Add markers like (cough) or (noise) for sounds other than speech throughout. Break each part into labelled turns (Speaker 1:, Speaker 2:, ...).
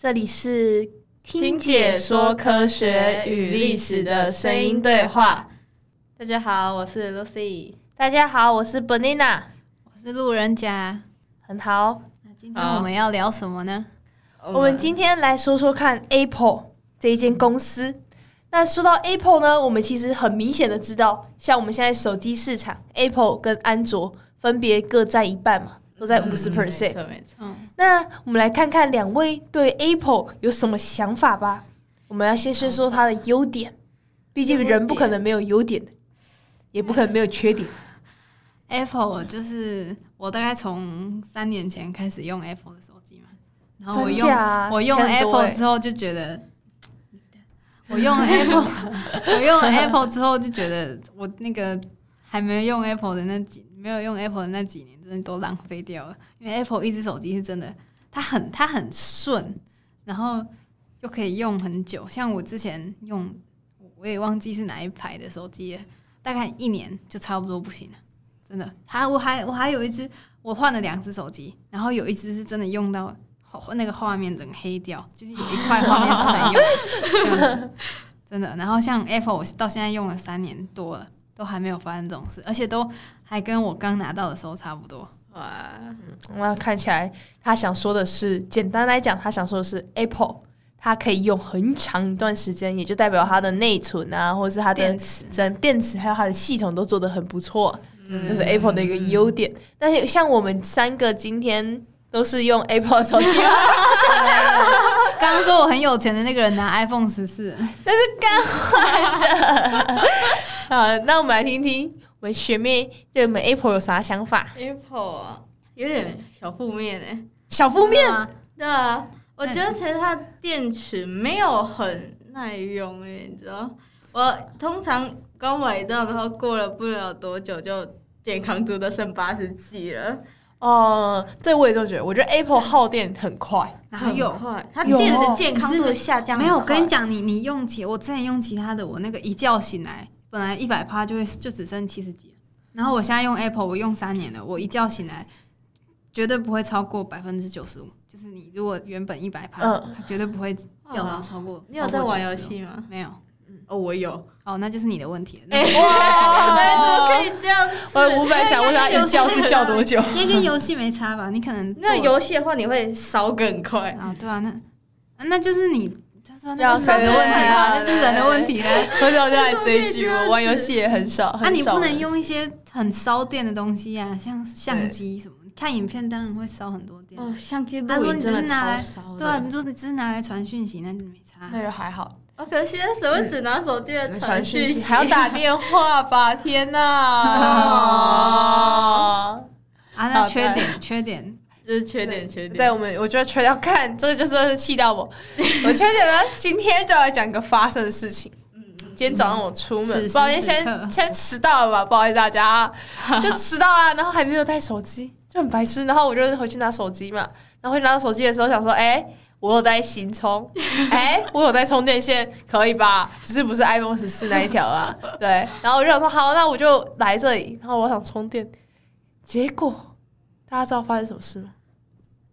Speaker 1: 这里是
Speaker 2: 听解说科学与历史的声音对话。大家好，我是 Lucy。
Speaker 1: 大家好，我是 Banana，
Speaker 3: 我是路人甲。
Speaker 1: 很好。
Speaker 3: 那今天我们要聊什么呢？
Speaker 2: 哦
Speaker 1: 我们今天来说说看 Apple 这一间公司。那说到 Apple 呢，我们其实很明显的知道，像我们现在手机市场，Apple 跟安卓分别各占一半嘛，都在五十 percent。
Speaker 2: 没错没错。
Speaker 3: 嗯，
Speaker 1: 那我们来看看两位对 Apple 有什么想法吧。我们要先先说它的优点，毕竟人不可能没有优点的，也不可能没有缺点。
Speaker 3: Apple 就是我大概从三年前开始用 Apple 的手机嘛，然后我
Speaker 1: 真
Speaker 3: 用
Speaker 1: 假啊？
Speaker 3: 我用
Speaker 1: 钱很多
Speaker 3: Apple
Speaker 1: 欸
Speaker 3: 之后就觉得，我用 Apple (laughs) 我用 Apple 之后就觉得我那个还没用 Apple 的那几没有用 Apple 的那几年真的都浪费掉了，因为 Apple 一只手机是真的，它很它很顺，然后又可以用很久。像我之前用我也忘记是哪一排的手机了，大概一年就差不多不行了，真的。它我还我还有一只，我换了两只手机，然后有一只是真的用到后那个画面整个黑掉，就是有一块画面不能用，这样子真的。然后像 Apple，我到现在用了三年多了，都还没有发生这种事，而且都还跟我刚拿到的时候差不多。
Speaker 2: 哇，
Speaker 1: 那看起来他想说的是，简单来讲，他想说的是 Apple，它可以用很长一段时间，也就代表它的内存啊，或者是它的
Speaker 3: 电池，
Speaker 1: 整电池还有它的系统都做得很不错，
Speaker 3: 嗯
Speaker 1: 这是 Apple 的一个优点。但是像我们三个今天都是用 Apple 手机啊嘛，
Speaker 3: 刚刚说我很有钱的那个人拿 iPhone 十四，
Speaker 1: 呃，那我们来听听我们学妹对我们 Apple 有啥想法？
Speaker 2: Apple 啊有点小负面哎、
Speaker 1: 小负面，
Speaker 3: 吗？
Speaker 2: 对啊，我觉得其实它电池没有很耐用哎、你知道？我通常刚买到，然后过了不了多久就健康度都剩八十几了，
Speaker 1: 哦、这我也这么觉得。我觉得 Apple 耗电很快，
Speaker 3: 哪有啊
Speaker 2: 很？快？它
Speaker 1: 有
Speaker 2: 电池健康度下降
Speaker 3: 没有，我跟你
Speaker 2: 讲，
Speaker 3: 讲，你你用其我之前用其他的，我那个一觉醒来，本来一百趴就会就只剩七十几了，然后我现在用 Apple，我用三年了，我一觉醒来绝对不会超过百分之九十五，就是你如果原本一百趴，
Speaker 1: 嗯
Speaker 3: 它绝对不会掉到超过。
Speaker 2: 嗯你有在
Speaker 3: 超过
Speaker 2: 玩游
Speaker 3: 95？
Speaker 2: 戏吗？
Speaker 3: 没有，
Speaker 2: 哦，我有。
Speaker 3: 哦，那就是你的问题了。
Speaker 2: 哎、
Speaker 1: 哇
Speaker 2: 哇，怎么可以这样子？
Speaker 1: (laughs) 我
Speaker 3: 哦
Speaker 1: 我本来想问他一觉是叫多久。
Speaker 3: 应该跟游戏没差吧？你可能
Speaker 2: 那
Speaker 3: 做
Speaker 2: 游戏的话，你会烧更快。
Speaker 3: 啊、对啊，那那就是你，他说
Speaker 1: 要
Speaker 3: 那是人的问题啦，那是人的问题啊啦。
Speaker 1: 我怎么就来追剧？我玩游戏也很少，
Speaker 3: 啊，
Speaker 1: 很
Speaker 3: 你
Speaker 1: 少
Speaker 3: 不
Speaker 1: 玩
Speaker 3: 能用一些很烧电的东西啊，像相机什么，你看影片当然会烧很多电。
Speaker 2: 哦，相机
Speaker 3: 他
Speaker 2: 录
Speaker 3: 说
Speaker 2: 影
Speaker 3: 你
Speaker 2: 真
Speaker 3: 只
Speaker 2: 的
Speaker 3: 是拿
Speaker 2: 超
Speaker 3: 来
Speaker 2: 烧的。
Speaker 3: 对啊，你说你只是拿来传讯息，那就没差。
Speaker 1: 那就还好。
Speaker 2: 哦，可是现在谁会只拿手机来
Speaker 1: 嗯传
Speaker 2: 讯
Speaker 1: 讯息还要打电话吧？天哪
Speaker 3: (laughs)
Speaker 2: 哦！
Speaker 3: 啊，
Speaker 1: 好
Speaker 3: 那
Speaker 1: 的
Speaker 3: 缺点缺点，
Speaker 2: (laughs) 就是缺点缺点。
Speaker 1: 对我们，我觉得缺要看， (laughs) 这个就真的是气到 (laughs) 我。我缺点呢，今天就来讲一个发生的事情。今天早上我出门，
Speaker 3: 此
Speaker 1: 不
Speaker 3: 时
Speaker 1: 小心
Speaker 3: 此刻
Speaker 1: 先先迟到了 (laughs) 吧，不好意思大家，就迟到啦，然后还没有带手机，就很白痴。然后我就回去拿手机嘛，然后回去拿到手机的时候想说，哎、我有带行 (laughs) 充，哎、我有带充电线，可以吧？只是不是 iPhone 十四那一条啊，对。然后我就想说，好，那我就来这里，然后我想充电，结果大家知道发生什么事吗？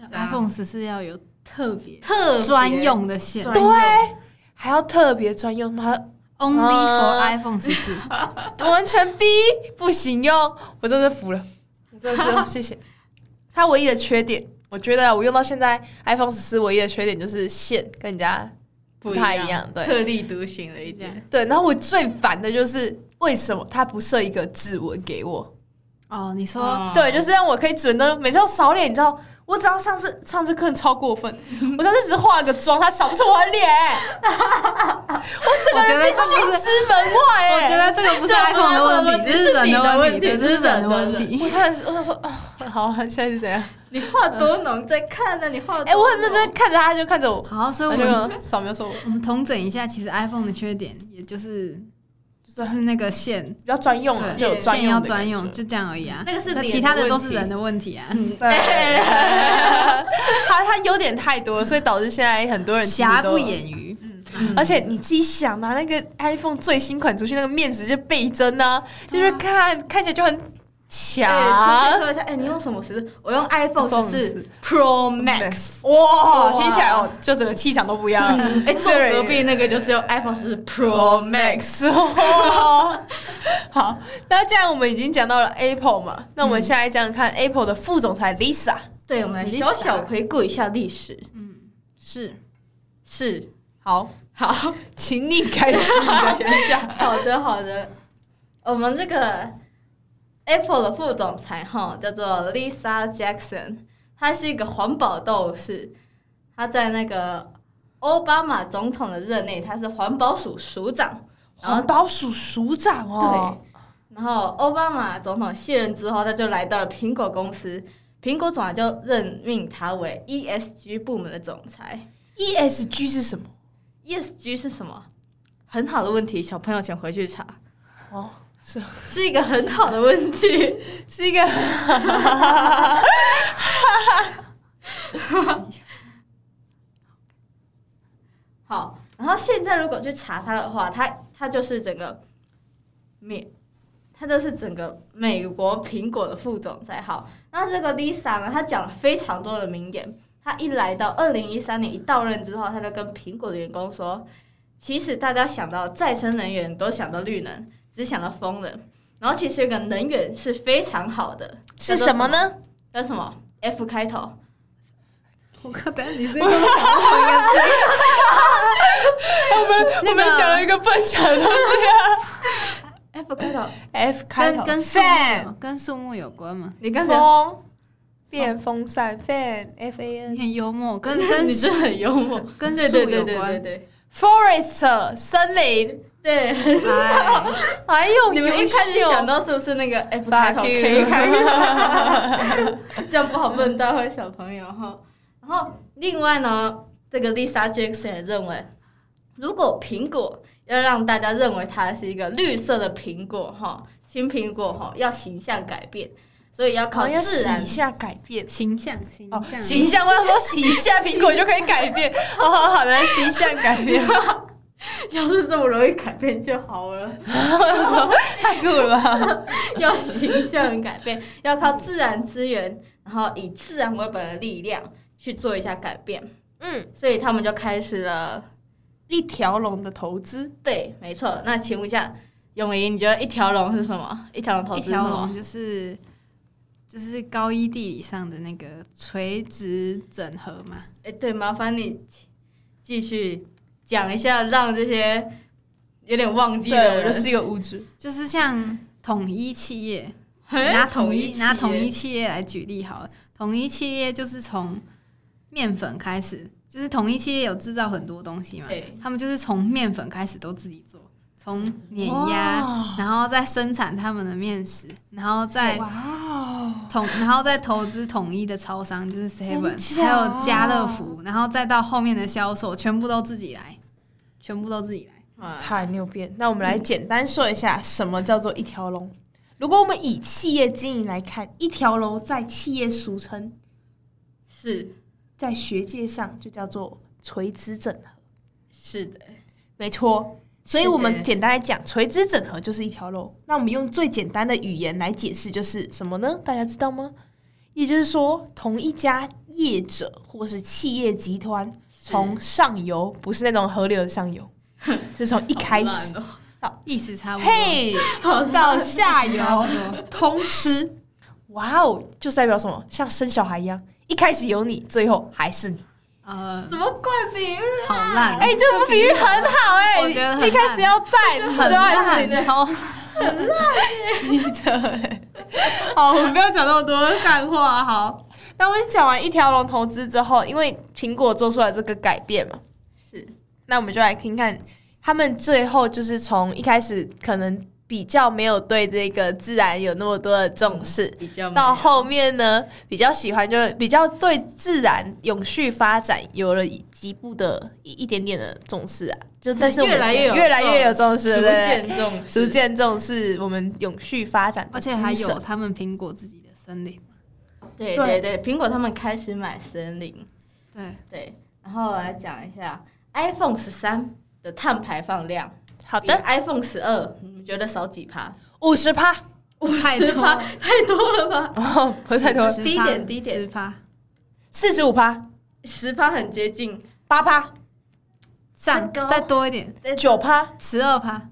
Speaker 2: 啊
Speaker 3: iPhone 十四要有特别
Speaker 2: 特别
Speaker 3: 专用的线
Speaker 2: 专用
Speaker 1: 对，还要特别专用吗？
Speaker 3: ，Only for
Speaker 1: 啊
Speaker 3: iPhone 十四。
Speaker 1: 完全 B 不行用，我真的服了，我真的是 (laughs) 谢谢。它唯一的缺点，我觉得啊我用到现在 iPhone 十四唯一的缺点就是线跟人家不太一样，对
Speaker 2: 特立独行了一点。
Speaker 1: 对。然后我最烦的就是为什么它不设一个指纹给我？
Speaker 3: 哦，你说
Speaker 1: 对，
Speaker 2: 嗯
Speaker 1: 就是让我可以指纹的，每次要扫脸，你知道。我只要上次上次更超过
Speaker 3: (laughs)
Speaker 1: 分，我上次只化了个妆，他扫不出我的脸，我整
Speaker 3: 我
Speaker 1: 个
Speaker 3: 觉
Speaker 1: 人
Speaker 3: 得
Speaker 1: 被
Speaker 3: 这不是
Speaker 1: 拒之门外、哎
Speaker 3: 我觉得这个不是
Speaker 2: 这
Speaker 3: iPhone 的问
Speaker 2: 这
Speaker 3: 题，这
Speaker 2: 是
Speaker 3: 是人
Speaker 2: 你的
Speaker 3: 的
Speaker 2: 问
Speaker 3: 问题，
Speaker 2: 题
Speaker 3: 对这
Speaker 2: 这
Speaker 3: 是
Speaker 2: 是
Speaker 3: 人的
Speaker 2: 人的
Speaker 3: 问题。
Speaker 1: (laughs) 我看，我想说，哦，好，现在是怎样？
Speaker 2: 你画多浓再看啊呢？你画多浓
Speaker 1: 哎、我很认真看着他，他就看着我，嗯
Speaker 3: 好，所以
Speaker 1: 他
Speaker 3: 我们
Speaker 1: 就扫描说我
Speaker 3: 我们统整一下，其实 iPhone 的缺点，也就是
Speaker 1: 就
Speaker 3: 就是是那个线，
Speaker 1: 比较专用啊，
Speaker 3: 对
Speaker 1: 就有专
Speaker 3: 线
Speaker 1: 用
Speaker 3: 要
Speaker 1: 的
Speaker 3: 专用，
Speaker 1: 感觉。
Speaker 3: 就这样而已啊。
Speaker 2: 那个是
Speaker 3: 那
Speaker 2: 脸
Speaker 3: 其他的
Speaker 2: 问
Speaker 3: 都
Speaker 2: 题
Speaker 3: 是人的问题啊，
Speaker 1: (laughs) 对，他他优点太多了，所以导致现在很多人其实
Speaker 3: 瑕
Speaker 1: 都
Speaker 3: 不。掩瑜。嗯
Speaker 1: 而且你自己想拿那个 iPhone 啊最新款出去，那个面值就倍增啊，就是看看起来就很
Speaker 2: 哎出去
Speaker 1: 强。
Speaker 2: 说一下，哎、你用什么十四？我用 iPhone 十
Speaker 1: iPhone
Speaker 2: 四 Pro Max。
Speaker 1: 哇，嗯
Speaker 2: 哇
Speaker 1: 听起来哦，就整个气场都不一样了。
Speaker 2: 哎、坐隔壁那个就是用 iPhone 十四 Pro Max。
Speaker 1: 哇 (laughs) 好，那既然我们已经讲到了 Apple 嘛，那我们现在讲讲看 Apple 的副总裁 Lisa。
Speaker 2: 对，我们来小小回顾一下历史。
Speaker 3: 嗯，是
Speaker 2: 是，
Speaker 1: 好，
Speaker 2: 好，
Speaker 1: 请你开始你的演 (laughs) 讲。
Speaker 2: (laughs) 好的，好的。我们这个 Apple 的副总裁哈，叫做 Lisa Jackson，她是一个环保斗士。她在那个奥巴马总统的任内，她是环保署署长。然后
Speaker 1: 环保署署长哦，
Speaker 2: 然后奥巴马总统卸任之后，他就来到了苹果公司，苹果总裁就任命他为 ESG 部门的总裁。
Speaker 1: ESG E 是什么？
Speaker 2: ESG 是什么？很好的问题，小朋友请回去查，
Speaker 1: 哦，是
Speaker 2: 是一个很好的问题。
Speaker 1: 是一个
Speaker 2: (laughs) 好，然后现在如果去查他的话，他他就是整个美，他就是整个美国苹果的副总裁。好，那这个 Lisa 呢，她讲了非常多的名言。她一来到二零一三年一到任之后，她就跟苹果的员工说，其实大家想到再生能源都想到绿能，只想到风能。然后其实有个能源是非常好的，
Speaker 1: 是什么？呢？
Speaker 2: 叫什么？F 开头。
Speaker 3: 我靠，等一下你是不是跟我讲到同一个字？
Speaker 1: 我们
Speaker 3: 那
Speaker 1: 我
Speaker 3: 个
Speaker 1: 们讲了一个笨巧的东西
Speaker 2: F 开头，
Speaker 1: (laughs) ，F 开头
Speaker 3: 跟跟树木有跟树木有关吗？
Speaker 2: 你刚才
Speaker 1: 风电风扇 fan f a
Speaker 3: 你
Speaker 1: n
Speaker 3: 很幽
Speaker 2: (laughs)
Speaker 3: 默，跟跟
Speaker 2: 你真的很幽默，
Speaker 3: 跟
Speaker 2: 对
Speaker 3: 树
Speaker 2: 对对
Speaker 3: 有
Speaker 2: 对对
Speaker 3: 关。
Speaker 2: 对
Speaker 1: forest 森林，
Speaker 2: 对，
Speaker 3: 哎，
Speaker 1: 还有
Speaker 2: 你们一开始
Speaker 1: 优秀
Speaker 2: 想到是不是那个 F 开
Speaker 1: Fuck
Speaker 2: 头
Speaker 1: you
Speaker 2: K 开
Speaker 1: (laughs)
Speaker 2: 头？这样不好问到会小朋友哈。然后另外呢，这个 Lisa Jackson 也认为，如果苹果要让大家认为它是一个绿色的苹果哈，青苹果哈，要形象改变，所以要靠
Speaker 1: 好要
Speaker 2: 自
Speaker 1: 洗
Speaker 2: 然
Speaker 1: 一下改变。
Speaker 3: 形象形
Speaker 1: 哦，
Speaker 3: 象
Speaker 1: 形象，我想说洗一下苹果就可以改变。 (laughs) 好好好的，形象改变，
Speaker 2: 要是这么容易改变就好了。
Speaker 1: (laughs) 太酷了吧！
Speaker 2: 要形象改变，要靠自然资源，然后以自然为本的力量去做一下改变。
Speaker 1: 嗯，
Speaker 2: 所以他们就开始了。
Speaker 1: 一条龙的投资，
Speaker 2: 对，没错。那请问一下，永怡，你觉得一条龙是什么？一条龙投
Speaker 3: 一
Speaker 2: 资是什
Speaker 3: 条龙
Speaker 2: 么？
Speaker 3: 哎就是就是高一地理上的那个垂直整合嘛。
Speaker 2: 哎、对，麻烦你继续讲一下，让这些有点忘记
Speaker 1: 对
Speaker 2: 的
Speaker 1: 我
Speaker 2: 人
Speaker 1: 就是一个无知。
Speaker 3: 就是像统一企业，
Speaker 1: 哎
Speaker 2: 嘿
Speaker 3: 拿统一
Speaker 2: 企业
Speaker 3: 拿统一企业来举例好了。统一企业就是从面粉开始，就是统一企业有制造很多东西嘛
Speaker 2: 对，
Speaker 3: 他们就是从面粉开始都自己做，从碾
Speaker 1: 哇
Speaker 3: 压，然后再生产他们的面食，然后再
Speaker 1: 哇哦，
Speaker 3: 统，然后再投资统一的超商，就是
Speaker 1: 真
Speaker 3: Seven，
Speaker 1: 假
Speaker 3: 还有家乐福，然后再到后面的销售，全部都自己来，全部都自己来。
Speaker 2: 啊
Speaker 1: 太牛逼！那我们来简单说一下什么叫做一条龙。如果我们以企业经营来看，一条龙在企业俗称，
Speaker 2: 是
Speaker 1: 在学界上就叫做垂直整合。
Speaker 2: 是的，
Speaker 1: 没错，所以我
Speaker 2: 是
Speaker 1: 们
Speaker 2: 的
Speaker 1: 简单来讲，垂直整合就是一条龙。那我们用最简单的语言来解释，就是什么呢？大家知道吗？也就是说，同一家业者或是企业集团，
Speaker 2: 是
Speaker 1: 从上游不是那种河流的上游，是从一开始，
Speaker 2: 好烂哦
Speaker 3: 意思差不多，
Speaker 1: 嘿，
Speaker 2: 好
Speaker 1: 到下
Speaker 3: 差
Speaker 1: 游
Speaker 3: 不多，
Speaker 1: 通吃。哇哦，就是代表什么？像生小孩一样，一开始有你，最后还是你。
Speaker 3: 呃，
Speaker 2: 什么怪比喻啊？
Speaker 3: 好烂，哦
Speaker 1: 哎、这个比喻很好哎、
Speaker 3: 我觉得很
Speaker 1: 一开始要在，
Speaker 3: 很
Speaker 1: 最后还是你
Speaker 3: 烂
Speaker 1: 的。，
Speaker 3: 超
Speaker 1: (laughs) 记者嘞。好，我们不要讲那么多干话。好，那我们讲完一条龙投资之后，因为苹果做出来这个改变嘛，
Speaker 2: 是
Speaker 1: 那我们就来听看他们最后就是从一开始可能比较没有对这个自然有那么多的重视。
Speaker 2: 比较
Speaker 1: 到后面呢，比较喜欢就比较对自然永续发展有了几步的一一点点的重视啊，就但是我们
Speaker 2: 越来越有哦
Speaker 1: 越来越有重视，对
Speaker 2: 逐
Speaker 1: 不对？
Speaker 2: 渐重视
Speaker 1: 逐渐重视我们永续发展的
Speaker 3: 而
Speaker 1: 精
Speaker 3: 且
Speaker 1: 神，
Speaker 3: 还有他们苹果自己的森林，
Speaker 2: 对
Speaker 1: 对
Speaker 2: 对对，苹果他们开始买森林，
Speaker 3: 对，
Speaker 2: 对，然后我来讲一下 iPhone 十三的碳排放量，
Speaker 1: 好
Speaker 2: 比
Speaker 1: 的
Speaker 2: iPhone 十二，你们觉得少几趴？
Speaker 1: 五十趴，
Speaker 2: 五
Speaker 3: 太
Speaker 2: 十
Speaker 3: 多
Speaker 2: 趴太多了吧？
Speaker 1: 哦，不是太多了，
Speaker 2: 低点低点
Speaker 3: 十趴
Speaker 1: 四十五趴、
Speaker 2: 十趴很接近，
Speaker 1: 八趴、
Speaker 3: 上
Speaker 2: 高
Speaker 3: 再多一点，
Speaker 1: 九趴，
Speaker 3: 十二趴，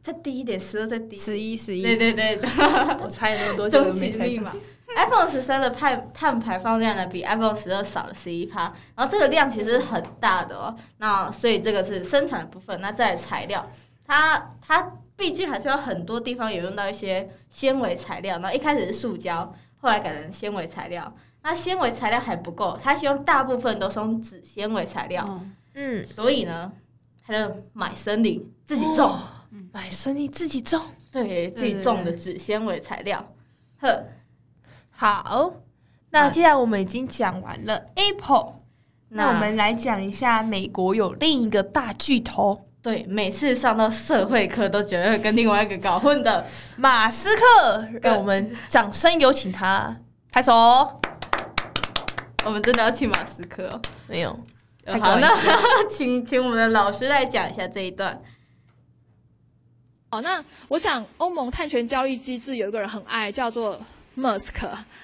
Speaker 2: 再低一点，十二再低。
Speaker 3: 十一十
Speaker 2: 对
Speaker 3: 一，
Speaker 2: 对对，这样
Speaker 1: 我猜了那么多，结果
Speaker 2: 终
Speaker 1: 没
Speaker 2: 极
Speaker 1: 猜
Speaker 2: 密
Speaker 1: 中
Speaker 2: 码。iPhone 十三的碳碳排放量呢，比 iPhone 十二少了十一趴，然后这个量其实很大的哦。那所以这个是生产的部分，那再来材料，它它毕竟还是有很多地方有用到一些纤维材料，然后一开始是塑胶，后来改成纤维材料。那纤维材料还不够，它希望大部分都是用纸纤维材料，
Speaker 3: 嗯
Speaker 1: 嗯，
Speaker 2: 所以呢，它就买森林自己种。
Speaker 1: 买生意自己种。
Speaker 2: 哦对自己种的纸纤维材料。呵，
Speaker 1: 好，那既然我们已经讲完了 Apple，那我们来讲一下美国有另一个大巨头
Speaker 2: 对每次上到社会课都觉得会跟另外一个搞混的，
Speaker 1: 马斯克，让我们掌声有请他拍手。哦
Speaker 2: 我们真的要请马斯克哦。
Speaker 1: 没有，开个
Speaker 2: 好，
Speaker 1: 玩笑
Speaker 2: 那 (laughs) 请请我们的老师来讲一下这一段。
Speaker 4: 好，哦那我想欧盟碳权交易机制有一个人很爱，叫做 Musk，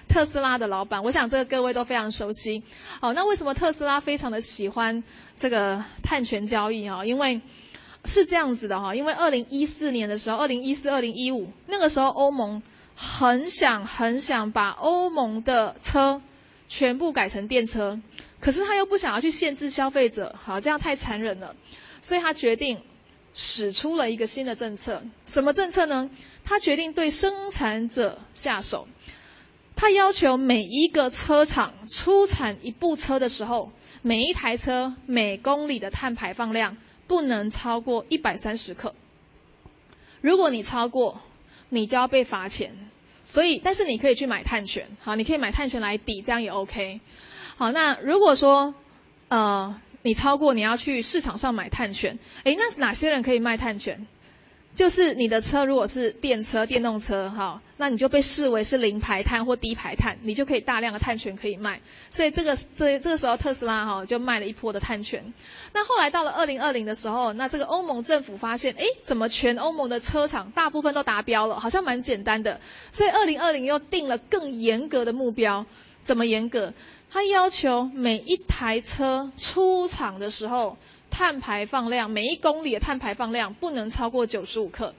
Speaker 4: 特斯拉的老板。我想这个各位都非常熟悉。好，那为什么特斯拉非常的喜欢这个碳权交易啊？因为是这样子的哈，因为二零一四年的时候，二零一四、二零一五那个时候，欧盟很想很想把欧盟的车全部改成电车，可是他又不想要去限制消费者，好，这样太残忍了，所以他决定使出了一个新的政策，什么政策呢？他决定对生产者下手，他要求每一个车厂出产一部车的时候，每一台车每公里的碳排放量不能超过一百三十克。如果你超过，你就要被罚钱。所以，但是你可以去买碳权，好，你可以买碳权来抵，这样也 OK。好，那如果说，呃，你超过你要去市场上买碳权，诶，那哪些人可以卖碳权？就是你的车如果是电车、电动车，哈，那你就被视为是零排碳或低排碳，你就可以大量的碳权可以卖。所以这个这这个时候特斯拉哈就卖了一波的碳权。那后来到了二零二零的时候，那这个欧盟政府发现，诶，怎么全欧盟的车厂大部分都达标了，好像蛮简单的。所以二零二零又定了更严格的目标，怎么严格？它要求每一台车出厂的时候碳排放量，每一公里的碳排放量不能超过九十五克。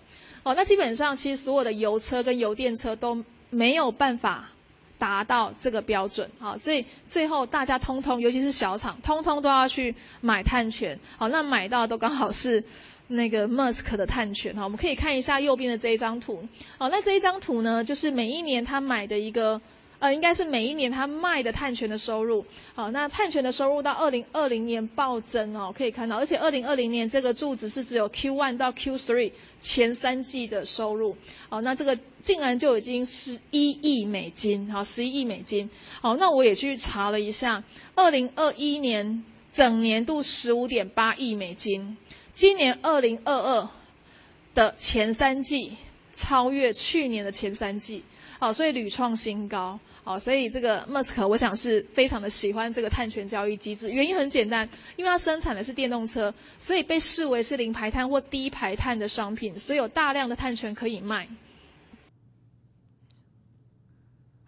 Speaker 4: 哦，那基本上其实所有的油车跟油电车都没有办法达到这个标准啊、所以最后大家通通，尤其是小厂，通通都要去买碳权。好、那买到的都刚好是那个 Musk 的碳权哦哈、我们可以看一下右边的这一张图。好、那这一张图呢，就是每一年他买的一个。呃，应该是每一年他卖的碳权的收入。好，那碳权的收入到二零二零年暴增哦，可以看到，而且二零二零年这个柱子是只有 Q one 到 Q three 前三季的收入。好，那这个竟然就已经十一亿美金，好，十一亿美金。好，那我也去查了一下，二零二一年整年度十五点八亿美金，今年二零二二的前三季超越去年的前三季。好，所以屡创新高。好，所以这个 Musk 我想是非常的喜欢这个碳权交易机制，原因很简单，因为它生产的是电动车，所以被视为是零排碳或低排碳的商品，所以有大量的碳权可以卖。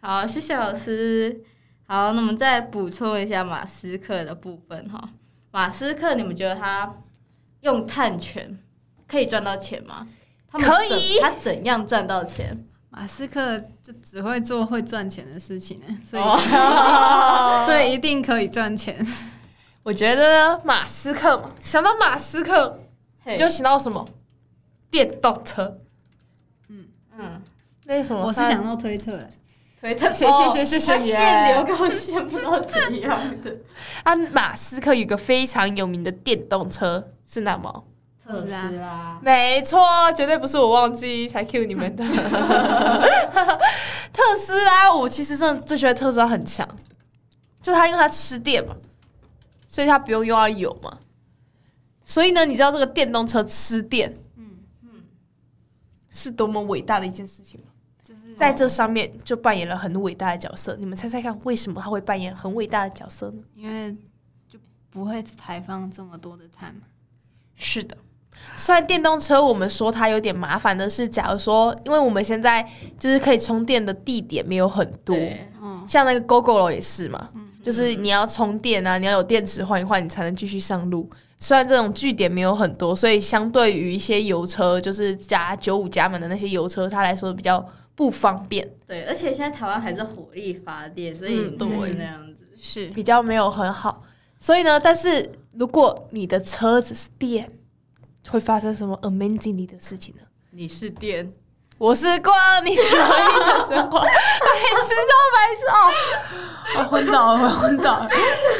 Speaker 2: 好，谢谢老师。好，那我们再补充一下马斯克的部分哈。马斯克，你们觉得他用碳权可以赚到钱吗？他们
Speaker 1: 可
Speaker 2: 怎
Speaker 1: 以
Speaker 2: 他怎样赚到钱？
Speaker 3: 马斯克就只会做会赚钱的事情呢，
Speaker 1: (laughs)
Speaker 3: 所以、
Speaker 2: 哦，
Speaker 3: (laughs) 所以一定可以
Speaker 1: (laughs)
Speaker 3: 赚钱。
Speaker 1: 我觉得呢马斯克嘛，想到马斯克，
Speaker 2: 嘿
Speaker 1: 你就想到什么？电动车，
Speaker 2: 嗯，
Speaker 1: 那个什么？
Speaker 3: 我是想到推特的，
Speaker 2: 推特，
Speaker 1: 谢谢谢谢谢谢
Speaker 2: 限流跟我限不到怎样的
Speaker 1: 啊，马斯克有个非常有名的电动车是啊哪吗？
Speaker 3: 特斯拉
Speaker 2: 拉，
Speaker 1: 没错，绝对不是我忘记才 cue 你们的。 (laughs) 特斯拉，我其实真的最觉得特斯拉很强，就是它因为它吃电嘛，所以它不用用到油嘛。所以呢，你知道这个电动车吃电，嗯嗯，是多么伟大的一件事情吗？
Speaker 3: 就是
Speaker 1: 在这上面就扮演了很伟大的角色。你们猜猜看，为什么他会扮演很伟大的角色呢？
Speaker 3: 因为就不会排放这么多的碳嘛。
Speaker 1: 是的，虽然电动车我们说它有点麻烦的是，假如说因为我们现在就是可以充电的地点没有很多，
Speaker 2: 对，
Speaker 3: 嗯，
Speaker 1: 像那个 GoGo 也是嘛，就是你要充电啊，你要有电池换一换，你才能继续上路。虽然这种据点没有很多，所以相对于一些油车，就是加九五加满的那些油车，它来说比较不方便，
Speaker 2: 对，而且现在台湾还是火力发电，所以
Speaker 1: 嗯
Speaker 2: 都
Speaker 1: 对
Speaker 2: 是那样子。
Speaker 3: 是
Speaker 1: 比较没有很好。所以呢，但是如果你的车子是电，会发生什么 amazing 的事情呢？
Speaker 2: 你是电， (laughs)
Speaker 1: 我是过你所
Speaker 2: 哎
Speaker 1: 有的生活，白痴到白痴哦！我昏倒了，我昏倒了。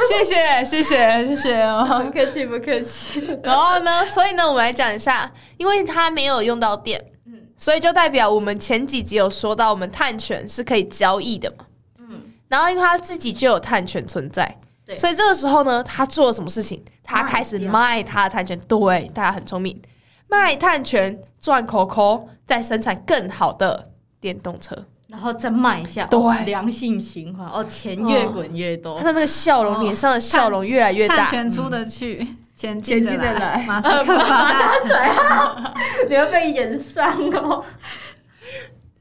Speaker 1: 谢谢，谢谢，谢谢哦。
Speaker 2: 不客气，不客气。
Speaker 1: 然后呢，所以呢，我们来讲一下，因为它没有用到电，
Speaker 3: 嗯
Speaker 1: 所以就代表我们前几集有说到，我们碳权是可以交易的嘛。
Speaker 2: 嗯，
Speaker 1: 然后因为它自己就有碳权存在，
Speaker 2: 对
Speaker 1: 所以这个时候呢，他做了什么事情？他开始
Speaker 2: 卖掉
Speaker 1: 卖他的碳权，对，大家很聪明，卖碳权赚口口，再生产更好的电动车。
Speaker 2: 然后再慢一下，
Speaker 1: 对
Speaker 2: 哦良性循环哦，钱越滚越 (laughs) 多
Speaker 1: 他。的那个笑容，
Speaker 3: 哦
Speaker 1: 脸上的笑容越来越
Speaker 3: 碳
Speaker 1: 大。
Speaker 3: 权出得去，嗯前
Speaker 1: 前
Speaker 3: 进
Speaker 1: 进的
Speaker 3: 的
Speaker 1: 来
Speaker 3: 马斯克发大财。
Speaker 2: 你会被演上哦。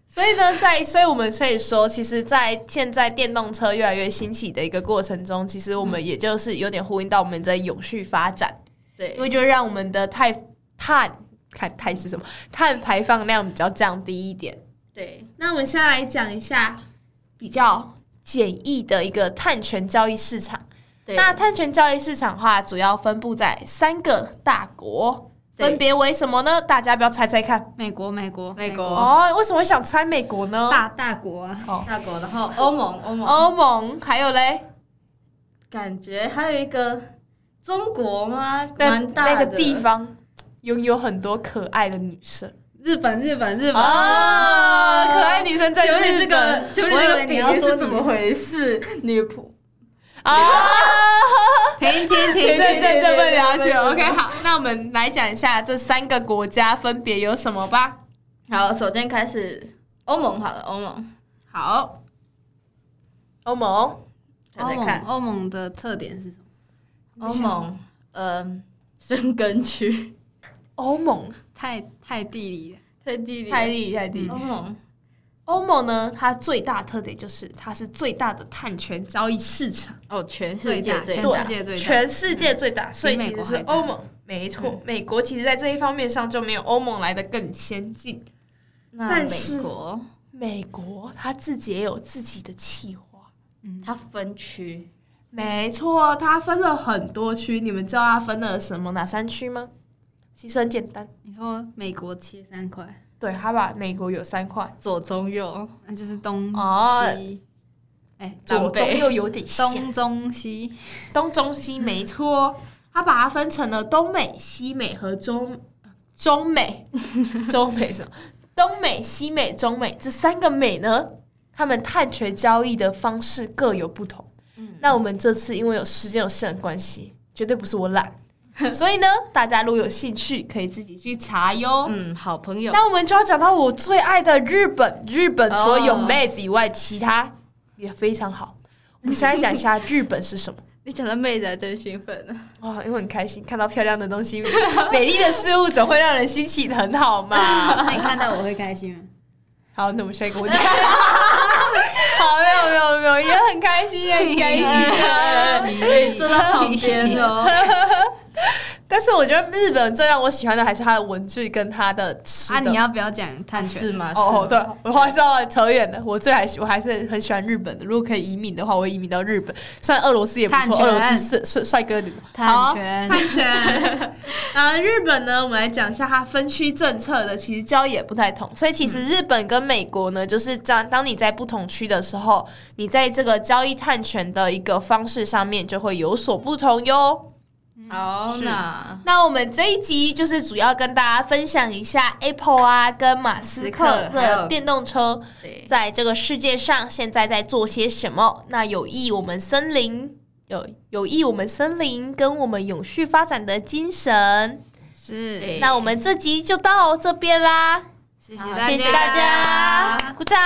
Speaker 1: 所以呢，在所以我们可以说，其实，在现在电动车越来越兴起的一个过程中，其实我们也就是有点呼应到我们在永续发展，
Speaker 2: 对
Speaker 1: 因，为就让我们的碳碳看碳是什么，碳排放量比较降低一点。
Speaker 2: 对，
Speaker 1: 那我们现在来讲一下比较简易的一个碳权交易市场。
Speaker 2: 对，
Speaker 1: 那碳权交易市场的话，主要分布在三个大国，
Speaker 2: 对
Speaker 1: 分别为什么呢？大家不要猜猜看。
Speaker 3: (laughs) 美国，美国，
Speaker 2: 美国
Speaker 1: 哦，为什么会想猜美国呢？
Speaker 3: 大大国啊，
Speaker 2: 大国，然后欧盟，欧盟，
Speaker 1: 欧盟还有嘞，
Speaker 2: 感觉还有一个中国吗？
Speaker 1: 那
Speaker 2: 蛮大
Speaker 1: 那
Speaker 2: 的
Speaker 1: 个地方拥有很多可爱的女生
Speaker 3: 日本，日本，日本。
Speaker 1: 啊，可爱女生在
Speaker 2: 求你
Speaker 1: 日
Speaker 2: 这个
Speaker 1: 本，
Speaker 2: 求你
Speaker 3: 我以
Speaker 2: 这个
Speaker 3: 为
Speaker 2: 比
Speaker 3: 你要
Speaker 2: 喻
Speaker 3: 说
Speaker 2: 是
Speaker 3: 你
Speaker 2: 怎么回事？女仆
Speaker 1: 啊，
Speaker 3: 停停
Speaker 1: 这
Speaker 3: 停！
Speaker 1: 这这不能聊
Speaker 2: 对对对对
Speaker 1: 去
Speaker 2: 对对
Speaker 1: ，OK，好，那我们来讲一下这三个国家分别有什么吧。
Speaker 2: 好，首先开始欧盟好了，欧盟
Speaker 1: 好，欧盟，
Speaker 2: 大
Speaker 3: 欧
Speaker 2: 家
Speaker 3: 盟，
Speaker 2: 看
Speaker 3: 欧盟的特点是什么？
Speaker 2: 欧盟，嗯，深根区
Speaker 1: 欧盟，
Speaker 3: 太太地理了，
Speaker 2: (laughs) 太地理了
Speaker 1: 太厉害地
Speaker 2: 欧盟
Speaker 1: 欧盟呢，它最大特点就是它是最大的碳权交易市场。
Speaker 2: 哦，全世
Speaker 3: 最
Speaker 2: 界
Speaker 3: 大，
Speaker 2: 最
Speaker 3: 全
Speaker 2: 大
Speaker 3: 世界最大。
Speaker 1: 啊全世界最大，嗯所以其实是
Speaker 3: 美国还大
Speaker 1: 欧盟。没错，美国其实在这一方面上就没有欧盟来的更先进。
Speaker 2: 那
Speaker 1: 但是
Speaker 2: 美国
Speaker 1: 美国它自己也有自己的计划，
Speaker 2: 它分区，
Speaker 1: 没错，它分了很多区。你们知道它分了什么哪三区吗？其实很简单，
Speaker 3: 你说美国切三块，
Speaker 1: 对，它把美国有三块，
Speaker 2: 左中右，
Speaker 3: 那就是东
Speaker 1: 哦
Speaker 3: 西，哎，
Speaker 1: 左
Speaker 2: 南北
Speaker 1: 中右有点像，
Speaker 3: 东中西。
Speaker 1: 东中西没错，它把它分成了东美、西美和中中美， (laughs) 中美什么？东美、西美、中美这三个美呢，他们碳权交易的方式各有不同。
Speaker 2: 嗯
Speaker 1: 那我们这次因为有时间有限的关系，绝对不是我懒， (laughs) 所以呢，大家如果有兴趣，可以自己去查哟。
Speaker 2: 嗯，好朋友，
Speaker 1: 那我们就要讲到我最爱的日本，日本除了有
Speaker 2: 哦
Speaker 1: 妹子以外，其他也非常好。我们现在讲一下日本是什么。
Speaker 2: 你讲到妹子还真兴奋呢，
Speaker 1: 哇，因为很开心看到漂亮的东西， (laughs) 美丽的事物总会让人心情很好嘛。
Speaker 3: (laughs) 那你看到我会开心吗？
Speaker 1: 好，那我们下一个问题。 (laughs) 好，没有没有没有，也很开心，也很
Speaker 3: (laughs)
Speaker 1: 开心啊。
Speaker 2: (laughs) 坐到旁边哦，
Speaker 1: 但是我觉得日本最让我喜欢的还是它的文具跟它的吃
Speaker 3: 啊，
Speaker 1: 的。
Speaker 3: 你要不要讲碳
Speaker 2: 是
Speaker 3: 权？
Speaker 2: 吗？
Speaker 1: 哦，
Speaker 2: 是
Speaker 1: 对
Speaker 2: 吗，
Speaker 1: 我话说到扯远了。我最还我还是很喜欢日本的。如果可以移民的话，我会移民到日本。虽然俄罗斯也不
Speaker 3: 探
Speaker 1: 错，
Speaker 3: 权
Speaker 1: 俄罗斯是帅帅哥你
Speaker 3: 碳权
Speaker 1: 探权。 (laughs) 啊，日本呢，我们来讲一下它分区政策的，其实交易也不太同。所以其实日本跟美国呢，就是当当你在不同区的时候，你在这个交易碳权的一个方式上面就会有所不同哟。
Speaker 2: 好那
Speaker 1: 那我们这一集就是主要跟大家分享一下 Apple 啊跟马斯克
Speaker 2: 马斯克还有
Speaker 1: 这电动车
Speaker 2: 对，
Speaker 1: 在这个世界上现在在做些什么？那有益我们森林，有有益我们森林跟我们永续发展的精神。
Speaker 3: 是，
Speaker 2: 对
Speaker 1: 那我们这集就到这边啦，
Speaker 3: 谢
Speaker 2: 好
Speaker 3: 大家，
Speaker 1: 谢谢大家，鼓掌。